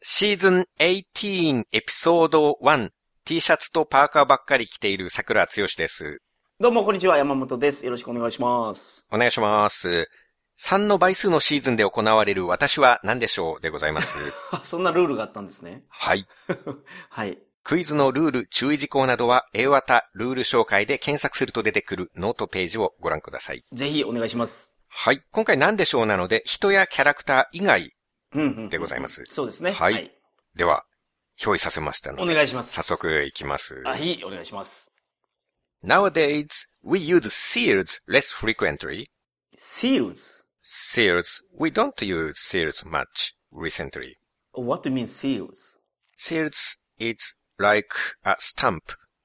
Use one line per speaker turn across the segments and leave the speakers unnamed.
シーズン18エピソード 1T シャツとパーカーばっかり着ている桜剛です。
どうも、こんにちは。山本です。よろしくお願いします。
お願いします。3の倍数のシーズンで行われる私は何でしょうでござい ます。
あ、そんなルールがあったんですね。
はい。
はい。
クイズのルール、注意事項などは A 型ルール紹介で検索すると出てくるノートページをご覧ください。
ぜひお願いします。
はい。今回何でしょうなので、人やキャラクター以外
うんうん。
でございます。
そうですね。
はいでは、表示させました
お
ので、
願いします。
早。速いきます。
はい、お願いします。
Nowadays, we use seals less frequently.
seals.
Seals, we don't use seals much recently.
What do you mean seals?
Seals is like a stamp.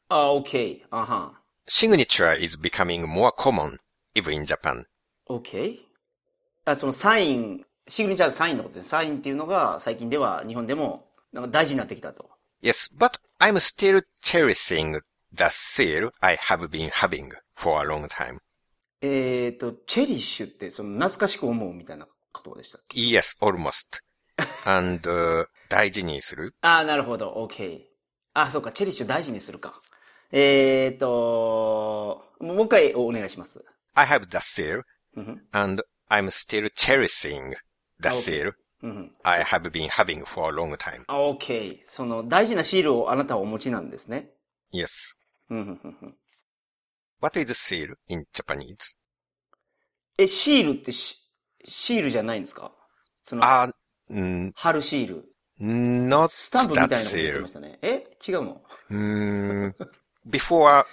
あ、okay. あは
Signature is becoming more common, even in Japan.
okay. あ、そのサイン、シグニチャーサインのことです。サインっていうのが最近では日本でもなんか大事になってきたと。
Yes, but I'm still cherishing the seal I have been having for a long time.
えっ、ー、と、チェリッシュってその懐かしく思うみたいなことでしたっけ
Yes, almost. And, uh, 大事にする
ああ、なるほど。OK。あ、そうか。チェリッシュ大事にするか。えーと、もう一回お願いします。
I have the seal
うんふん
and I'm still cherishing the
Okay.
seal
うんふん
I have been having for a long time.
あ OK。その大事なシールをあなたはお持ちなんですね。
Yes.
うんふんふんふん
What is seal in Japanese?
え、シールってシ、シールじゃないんですかその、
Ah, mm,
貼るシール。
not
スタンプみたいな
that
こと言って
seal.
ましたね。え違うの
Mm, before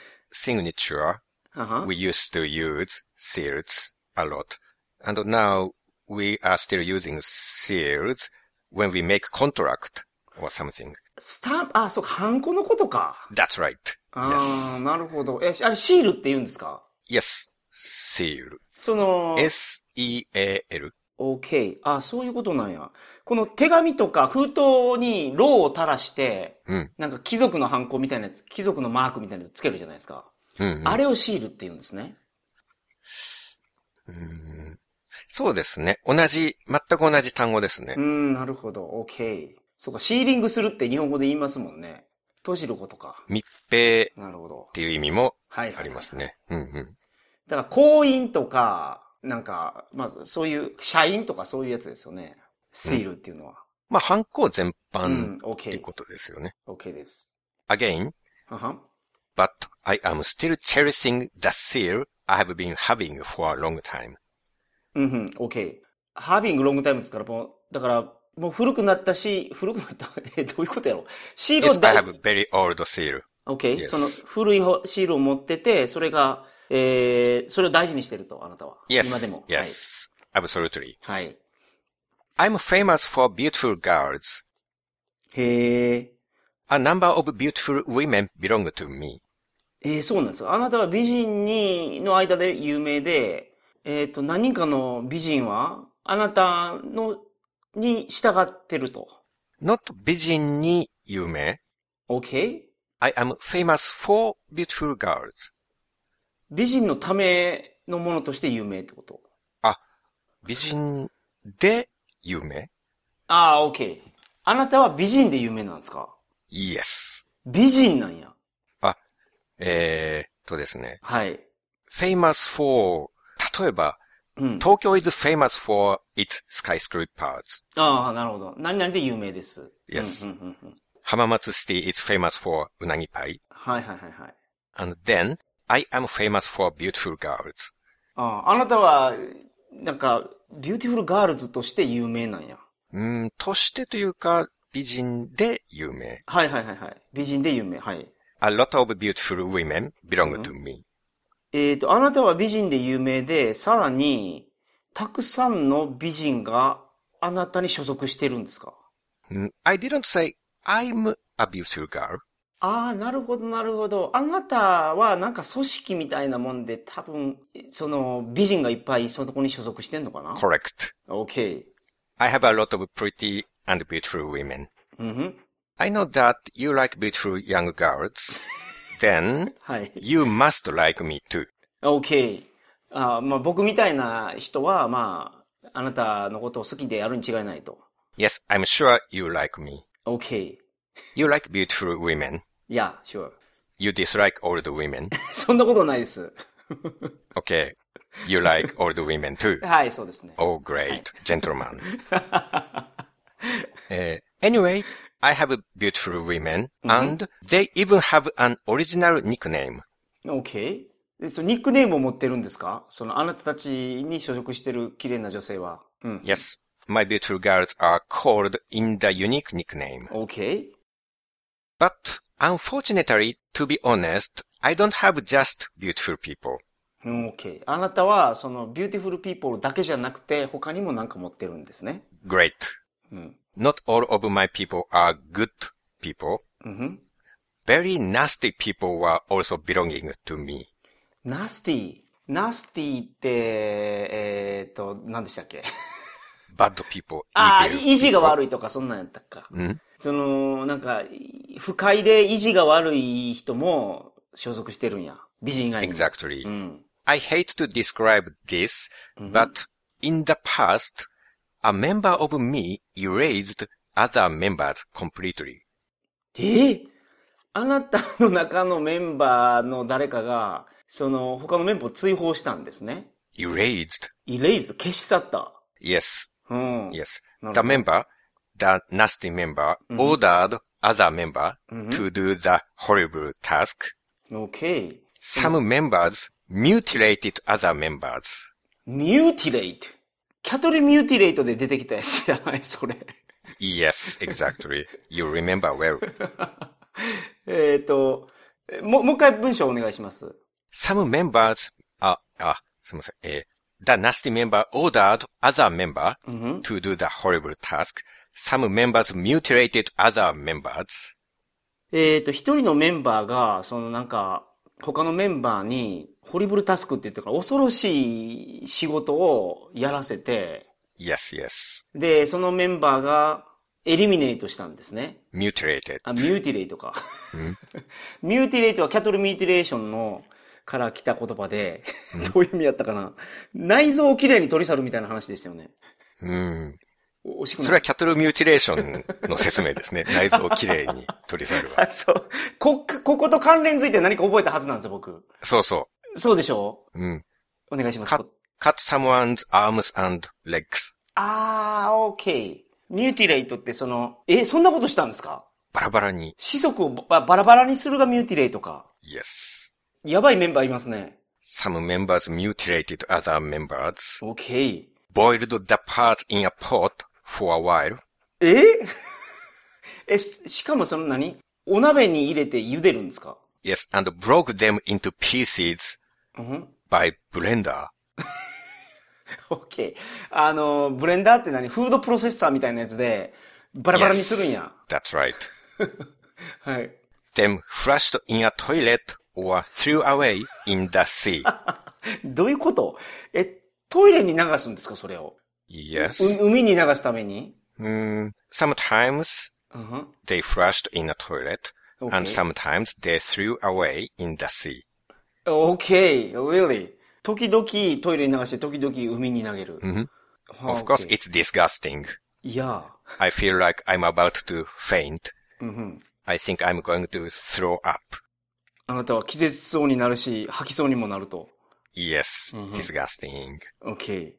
signature,
あは
we used to use seals a lot. And now we are still using seals when we make contract or something.
スタンプ、あ、そうか。ハンコのことか。
That's right.
ああ、
Yes.
なるほど。え、あれシールって言うんですか
Yes. Seal.
その、
S-E-A-L.
OK。あ、そういうことなんや。この手紙とか封筒にローを垂らして、
うん
なんか貴族のハンコみたいなやつ、貴族のマークみたいなやつつけるじゃないですか。
うん
あれをシールって言うんですね。
そうですね。同じ、全く同じ単語ですね
う。ん、なるほど。OK。そうか、シーリングするって日本語で言いますもんね。閉じることか。
密閉っ
なるほど。
ていう意味も
はい。
あります。ね。うんうん。
だから、婚姻とか、なんか、まず、そういう、社員とかそういうやつですよね。シールっていうのは。
まあ、反抗全
う
般
ん
っ、ていう
OK
こ。とですよね。
OK です。
Again,
はは。
but I am still cherishing the seal I have been having for a long time.
うんうん、OK。ハービングロングタイムですから、もう、だから、もう古くなったし、古くなった、 え、どういうことやろシールを
Yes, I
大
have a very old seal.
OK、
Yes.
その古いほシールを持ってて、それが、えー、それを大事にしてると、あなたは。今で
Yes,
も。
yes, absolutely.
はい。はい。
I'm famous for beautiful girls.
へえ。
A number of beautiful women belong to me.
えー、そうなんですか。あなたは美人に、の間で有名で、えっ、と、何人かの美人は、あなたの、に従ってると。
Not 美人に有名。
OK?
I am famous for beautiful girls.
美人のためのものとして有名ってこと。
美人で有名
ああ、オッケー。あなたは美人で有名なんですか
?Yes.
美人なんや。
えー、っとですね。
はい。
famous for, 例えば、
うん。
東京 is famous for its skyscrapers.
ああ、なるほど。何々で有名です。
Yes.
うんうんうんうん
浜松 city is famous for うなぎパイ。
はいはいはいはい。
And then, I am famous for beautiful girls.
ああ、あなたは、なんか、ビューティフルガールズとして有名なんや。
うーん、Mm, としてというか、美人で有名。
はいはいはいはい。美人で有名。はい。
A lot of beautiful women belong to me.
えっ、と、あなたは美人で有名で、さらに、たくさんの美人があなたに所属してるんですか
うん、I Mm, didn't say, I'm a beautiful girl.
ああ、なるほど、なるほど。あなたはなんか組織みたいなもんで、多分、その美人がいっぱいそのとこに所属してんのかな
Correct.
?OK。
I have a lot of pretty and beautiful women.
うんふん。
I know that you like beautiful young girls. then,
はい。
You must like me too.
OK。あーまあ僕みたいな人は、まあ、あなたのことを好きでやるに違いないと。
Yes, I'm sure you like me.
Okay.
You like beautiful women.
Yeah, sure.
You dislike old women.
そんなことないです。
Okay. You like old women too.
はい、そうですね。
Oh, great. Gentleman. Uh, anyway, I have beautiful women and they even have an original nickname.
Okay. でそのニックネームを持ってるんですかそのあなたたちに所属してる綺麗な女性は。うん。
Yes. My beautiful girls are called in the unique nickname.
Okay.
But unfortunately, to be honest, I don't have just beautiful people.
うん、OK。あなたは、その、beautiful people だけじゃなくて、他にもなんか持ってるんですね。
Great.
うん。
Not all of my people are good people.
うんふん。
Very nasty people were also belonging to me.
ナスティ。ナスティって、えーっと、何でした っけ
Bad people.
ああ、
evil
意地が
people.
悪いとか、そんなんやったっか。
うん
その、なんか、不快で意地が悪い人も所属してるんや。美人以外にも。
Exactly.
うん。
I hate to describe this, but in the past, a member of me erased other members completely.
えーあなたの中のメンバーの誰かが、その、他のメンバーを追放したんですね。
Erased?
イレイズ、消し去った。
Yes,
うん。
yes.
なるほど。
The member, the nasty member, ordered other member to do the horrible task.
Okay.
Some members mutilated other members.
Mutilate. キャトルミューティレイトで出てきたやつじゃないそれ。
Yes, exactly. you remember well.
えっと、えもう、もう一回文章お願いします。
Some members, uh, uh, すみません、えー the nasty member ordered other member to do the horrible task. Some members mutilated other members.
えっと、一人のメンバーが、そのなんか、他のメンバーに、ホリブルタスクって言ってから、恐ろしい仕事をやらせて、
Yes, yes.
で、そのメンバーが、エリミネートしたんですね。
Mutilated.
あ、ミューティレイトか。ミューティレイトはキャトルミューティレーションのから来た言葉で、どういう意味やったかな。内臓をきれいに取り去るみたいな話でしたよね。
うん。
お惜しく
そ
な
れ
い。
はキャトルミューティレーションの説明ですね。内臓をきれいに取り去るわ。
あ、 そう。こ、ここと関連づいて何か覚えたはずなんですよ、僕。
そうそ
そうでしょ
う。うん。
うお願いします。
cut, cut someone's arms and legs.
あー、OK。ミューティレイトってその、え、そんなことしたんですか
バラバラに。
子息をばバラバラにするがミューティレイトか。
Yes.
やばいメンバーいますね。
Some members mutilated other members.
OK。
boiled the parts in a pot for a while.
ええ、ししかもその何お鍋に入れて茹でるんですか
Yes, and broke them into pieces by blender.
?OK。あの、ブレンダーって何フードプロセッサーみたいなやつで、バラバラにするん
Yes,
や。
that's right.
はい。
Then flushed in a toilet or threw away in the sea.
どういうことえ、トイレに流すんですかそれを。
yes.
う海に流すために
Mm, sometimes
うんふん
they flushed in a toilet
Okay.
and sometimes they threw away in the sea.
?OK, really. 時々トイレに流して、時々海に投げる。はあ
Mm-hmm. Of course,
OK
it's disgusting.
いや
I feel like I'm about to faint.
うんふん
I think I'm going to throw up.
あなたは気絶しそうになるし、吐きそうにもなると。
Yes,
Mm-hmm.
disgusting.
OK。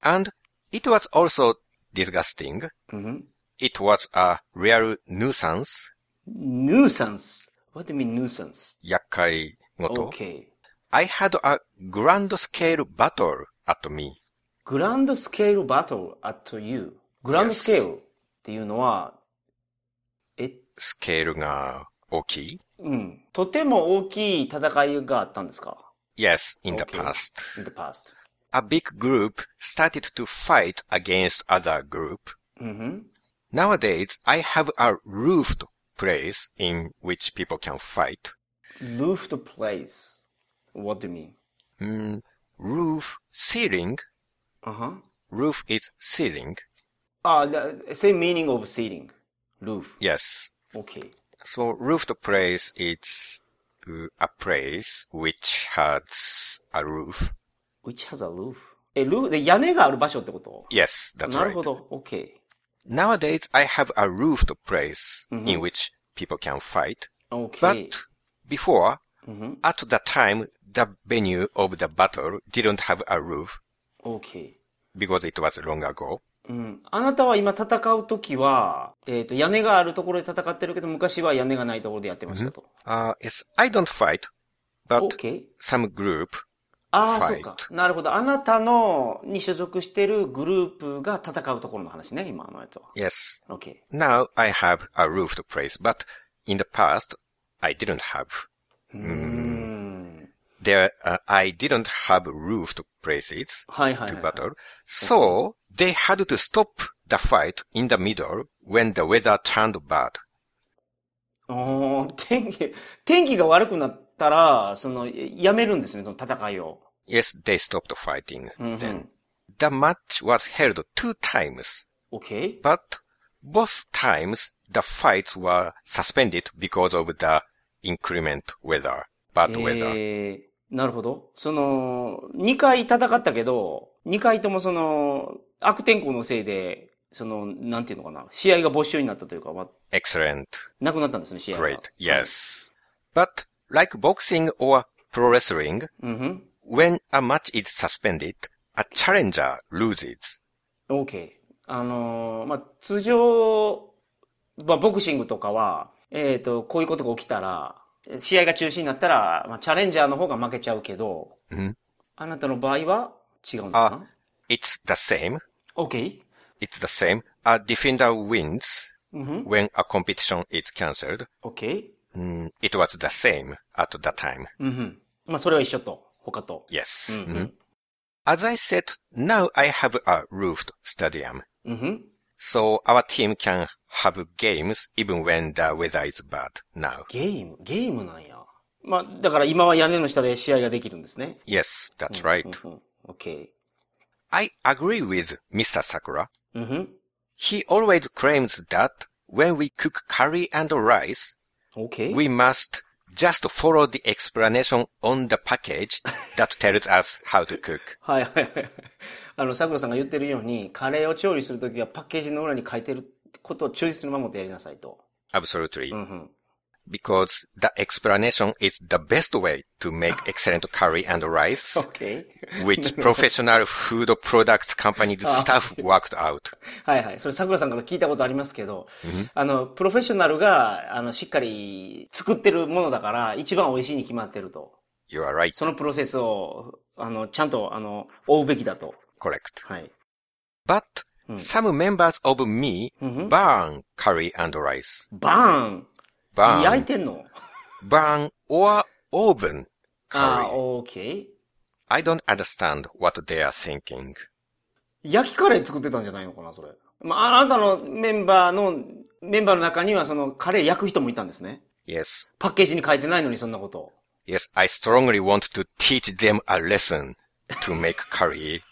And it was also disgusting.
うんふん
It was a real nuisance,
nuisance. What do you mean nuisance?
厄介ごと。
Okay.
I had a grand scale battle at me.
Grand scale battle at you. Grand
Yes.
scale っていうのは、え、
スケールが大きい
うん。とても大きい戦いがあったんですか
?Yes, in the
Okay.
past.
?in the past.
A big group started to fight against other group.
うんふん
Nowadays, I have a roofed place in which people can fight.
Roofed place. What do you mean?
Mm, roof, ceiling.
あは
Roof is ceiling.
あ、the same meaning of ceiling. Roof.
Yes.
Okay.
So roofed place is uh, a place which has a roof.
Which has a roof? え、ルーフ、で、屋根がある場所ってこと
Yes, that's
なる
right.
ほど。Okay.
Nowadays, I have a roofed place in
Mhm.
which people can fight.
Okay.
But before,
Mhm.
at the time, the venue of the battle didn't have a roof
Okay.
because it was long ago.
うん。あなたは今戦うときは、えっ、と、屋根があるところで戦ってるけど、昔は屋根がないところでやってましたと。
Uh, yes, I don't fight, but
OK?
some group
ああ、
Fight.
そうか。なるほど。あなたの、に所属してるグループが戦うところの話ね、今のやつは。
Yes.
OK。
Now I have a roofed place, but in the past I didn't have.
うーん。
There, uh, I didn't have roofed places
はいはい、
to
はい。
battle. So they had to stop the fight in the middle when the weather turned bad.
おー天気、天気が悪くなったら、その、やめるんですね、その戦いを。
Yes, they stopped fighting
うん、う
then.
ん。
The match was held two times,
OK?
but both times the fights were suspended because of the inclement weather, bad weather.
えー、なるほど。その、2回戦ったけど、2回ともその、悪天候のせいで、その、なんていうのかな、試合が没収になったというか、まあ、
Excellent.
なくなったんですね、試合が。
Great. Yes. But like boxing or pro wrestling,
うんふん。
when a match is suspended, a challenger loses.
OK。あのーまあ、通常、まあ、ボクシングとかは、えっ、と、こういうことが起きたら、試合が中止になったら、まあ、チャレンジャーの方が負けちゃうけど、
ん
あなたの場合は違うんですか
It's the same.
?OK?
It's the same. A defender wins
うんふん
when a competition is cancelled.
?OK?
Mm, it was the same at the time.
うんふん。まあ、それは一緒と、他と。
Yes.
うんふ
Mm.
ん。
As I said, now I have a roofed stadium.
うんふん。
So our team can have games even when the weather is bad now.
ゲーム、ゲームなんや。まあ、だから今は屋根の下で試合ができるんですね。
Yes, that's right.
うんふん。OK。
I agree with Mr. Sakura.
うんふん。
He always claims that when we cook curry and rice,
OK?
we must just follow the explanation on the package that tells us how to cook.
はい はいはい。あの、桜さんが言ってるように、カレーを調理するときはパッケージの裏に書いてることを忠実に守ってやりなさいと。
Absolutely.
うんうん。
Because the explanation is the best way to make excellent curry and rice,
OK?
which professional food products companies staff worked out.
はいはい。それ桜さんから聞いたことありますけど、あの、プロフェッショナルが、あの、しっかり作ってるものだから、一番美味しいに決まってると。
You are right.
そのプロセスを、あの、ちゃんと、あの、追うべきだと。
Correct.
はい。
But some members of me
Mhm.
burn curry and rice.
バーン焼い
Burn,
てんの
burn or oven curry.
ああ、OK?
I don't understand what they are thinking.
焼きカレー作ってたんじゃないのかな、それ。まあ、あなたのメンバーの、メンバーの中にはそのカレー焼く人もいたんですね。
Yes.
パッケージに書いてないのにそんなことを。
Yes, I strongly want to teach them a lesson to make curry,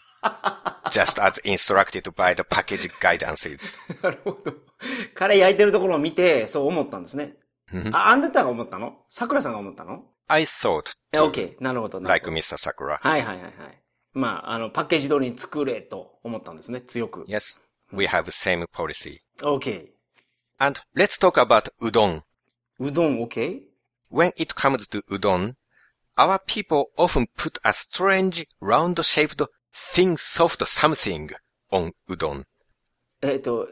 just as instructed by the package guidances.
なるほど。カレー焼いてるところを見て、そう思ったんですね。あ、あなたが思ったの桜さんが思ったの
I thought,
え、OK。なるほど。なる
like
ほど
Mr. Sakura.
はいはいはいはい。まあ、あの、パッケージ通りに作れと思ったんですね。強く。
Yes, we have same policy.
OK。
And let's talk about udon.
うどん OK?
When it comes to udon, our people often put a strange, round-shaped, thin, soft something on udon.
えっ、と、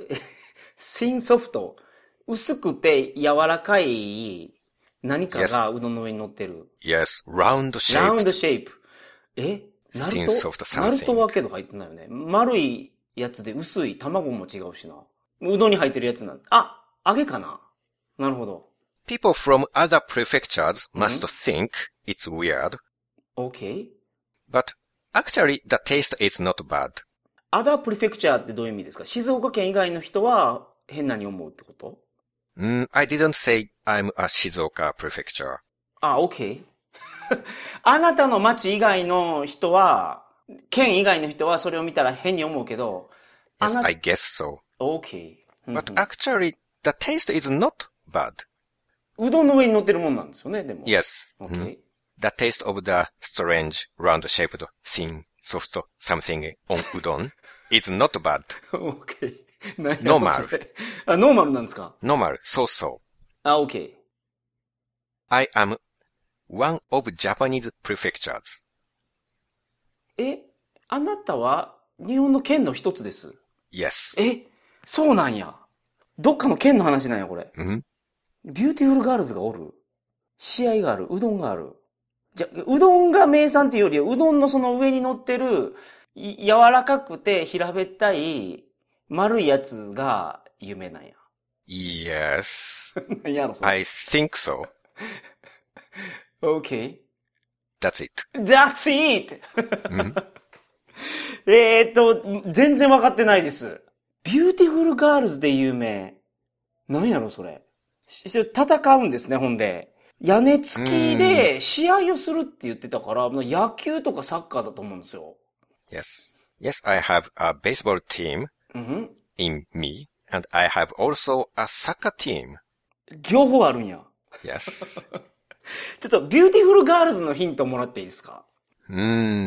シンソフト。薄くて柔らかい何かがうどんの上に乗ってる。
Yes,
ラウ
round-shaped.
ンドシェイプ。えナル
Thin
ト
soft something
ナルトはけど入ってないよね。丸いやつで薄い卵も違うしな。うどんに入ってるやつなんあ、揚げかななるほど。
People from other prefectures must think it's weird,
OK?
but actually the taste is not bad.
アダープリフェクチャーってどういう意味ですか静岡県以外の人は変なに思うってこと
Mm, I didn't say I'm a Shizuoka prefecture.
あ、OK。あなたの町以外の人は、県以外の人はそれを見たら変に思うけど、あ
Yes,
な
I guess so.
OK。うん
But actually the taste is not bad.
うどんの上に乗ってるもんなんですよね、でも。
Yes, mm,
OK。
the taste of the strange, round-shaped, thin, soft something on udon is not bad.
OK。何や
ノーマル
それあ、ノーマルなんですか
normal, so so.
あ、OK。
I am one of Japanese prefectures.
え、あなたは日本の県の一つです。
Yes.
え、そうなんや。どっかの県の話なんや、これ。
うん
ビューティフルガールズがおる。試合がある。うどんがある。じゃ、うどんが名産っていうよりは、うどんのその上に乗ってる、い柔らかくて平べったい、丸いやつが夢 なんや。
Yes.
何やろ、それ。
I think so.
Okay.
That's it. Mm-hmm.
That's it!
うん
えーっと、全然わかってないです。ビューティフルガールズで有名。何やろ、それ。しそれ戦うんですね、ほんで。屋根付きで試合をするって言ってたから、まあ野球とかサッカーだと思うんですよ。
yes. Yes, I have a baseball team
うん、
in me, and I have also a soccer team.
両方あるんや。
Yes.
ちょっと、ビューティフルガールズのヒントもらっていいですか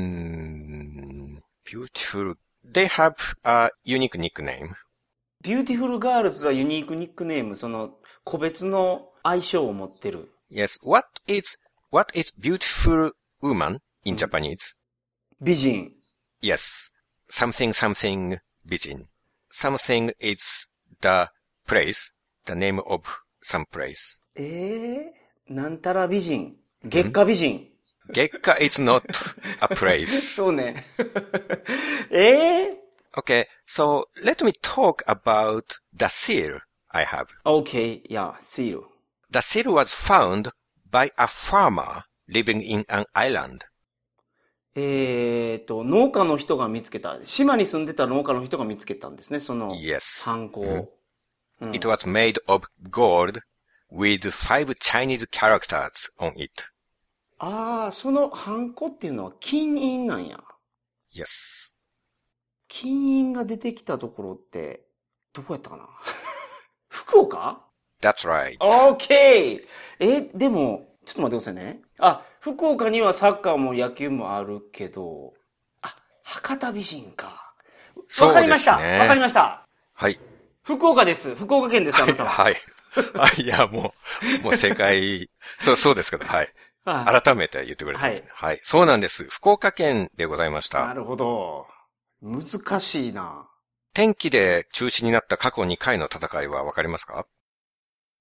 Mm, beautiful. They have a unique nickname.
ビューティフルガールズはユニークニックネーム、その、個別の相性を持ってる。
Yes. What is what is beautiful woman in Japanese?
美人。
Yes. Something something bijin. Something is the place, the name of some place.
ええー、なんたら美人。月下美人。
Gekka is not a place.
そうね。ええ
Okay. So let me talk about the seal I have.
?Okay, yeah, seal.
The seal was found by a farmer living in an island.
えーと、農家の人が見つけた。島に住んでた農家の人が見つけたんですね、その、
Yes.
犯行を。
It was made of gold with five Chinese characters on it.
ああ、その犯行っていうのは金印なんや。
Yes.
金印が出てきたところって、どこやったかな 福岡
That's right.
?OK! え、でも、ちょっと待ってくださいね。あ、福岡にはサッカーも野球もあるけど、あ、博多美人か。わかりました。
そうですね
わかりました。
はい。
福岡です。福岡県です、あなた は。
はい。あいや、もう、もう正解、 そう、そうですけど、はい。
は
改めて言ってくれたんですね。はい。そうなんです。福岡県でございまし
い。な
た。
るほど。難しいな。
天気で中止になった過去2回の戦いはわかりますか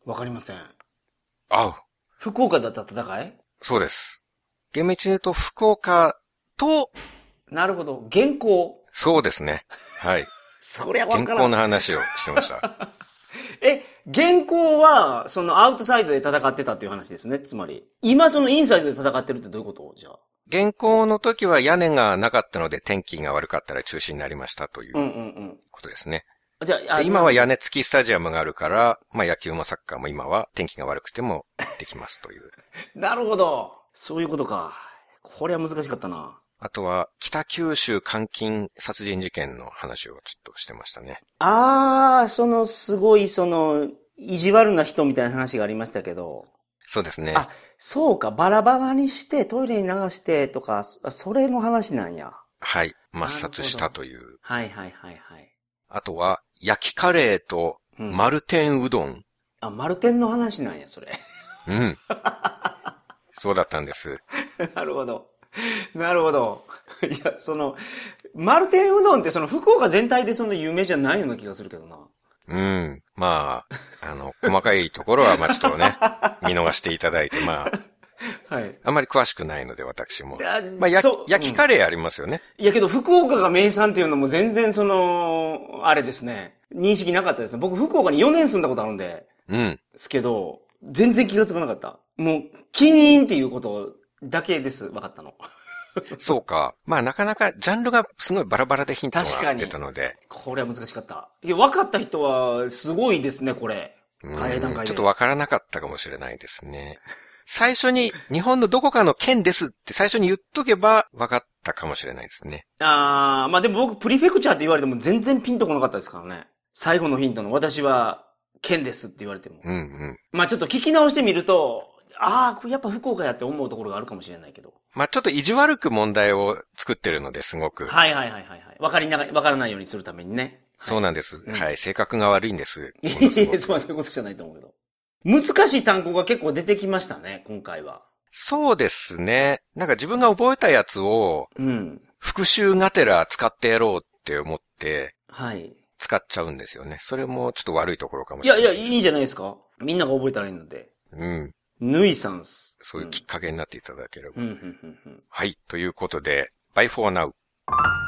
わかりません。
あ、
福岡だった戦い
そうです。厳密に言うと、福岡と、
なるほど。原稿。
そうですね。はい。
そりゃわ
健
から
康
ん。
の話をしてました。
え、原稿は、そのアウトサイドで戦ってたっていう話ですね。つまり。今そのインサイドで戦ってるってどういうことじゃあ。
現行の時は屋根がなかったので天気が悪かったら中止になりましたといううん
うんうん。
ことですね。
じゃあ、あ
で今は屋根付きスタジアムがあるから、まあ野球もサッカーも今は天気が悪くてもできますという。
なるほど。そういうことか。これは難しかったな。
あとは北九州監禁殺人事件の話をちょっとしてましたね。
あー、その、すごい、その、意地悪な人みたいな話がありましたけど。
そうですね。
あ、そうか、バラバラにして、トイレに流してとか、そそれの話なんや。
はい。抹殺したという。
はいはいはいはい。
あとは焼きカレーと
うん
マルテンうどん。
あ、マルテンの話なんや、それ。
うん。そうだったんです。
なるほど。なるほど。いや、その、マルテンうどんってその福岡全体でその有名じゃないような気がするけどな。
うん。まあ、あの、細かいところは、まあちょっと ね、見逃していただいて、まあ、
はい。
あんまり詳しくないので、私も。
あ
まあ、や
そう
焼きカレーありますよね。
いやけど福岡が名産っていうのも全然その、あれですね。認識なかったですね。僕福岡に4年住んだことあるんで、
うん。
ですけど、全然気がつかなかった。もう、金印っていうことだけです。分かったの。
そうか。まあ、なかなか、ジャンルがすごいバラバラでヒント
確
が
かに
出たので。
これは難しかった。いや、分かった人は、すごいですね、これ。
うん
早い段階で。
ちょっとわからなかったかもしれないですね。最初に、日本のどこかの県ですって最初に言っとけば、わかったかもしれないですね。
あー、まあでも僕、プリフェクチャーって言われても全然ピンとこなかったですからね。最後のヒントの、私は、県ですって言われても。
うんうん。
まあちょっと聞き直してみると、あー、これやっぱ福岡やって思うところがあるかもしれないけど。
まあ、ちょっと意地悪く問題を作ってるので、すごく。
はいはいはいはいはい。わかりなが、わからないようにするためにね。
そうなんです。
うん
はい。性格が悪いんです。
いえ
ものす
い
ご
え、
く
そうはそういうことじゃないと思うけど。難しい単語が結構出てきましたね、今回は。
そうですね。なんか自分が覚えたやつを
うん。
復習がてら使ってやろうって思って
はい。
使っちゃうんですよね。それもちょっと悪いところかも
い
しれ
や
ないい
や、い
です。
いんじゃないですかみんなが覚えたらいいので。
うん。
ヌイサンス。
そういうきっかけになっていただければ。
うん。うん、うん、うん、うん。
はい。ということで、Bye for now.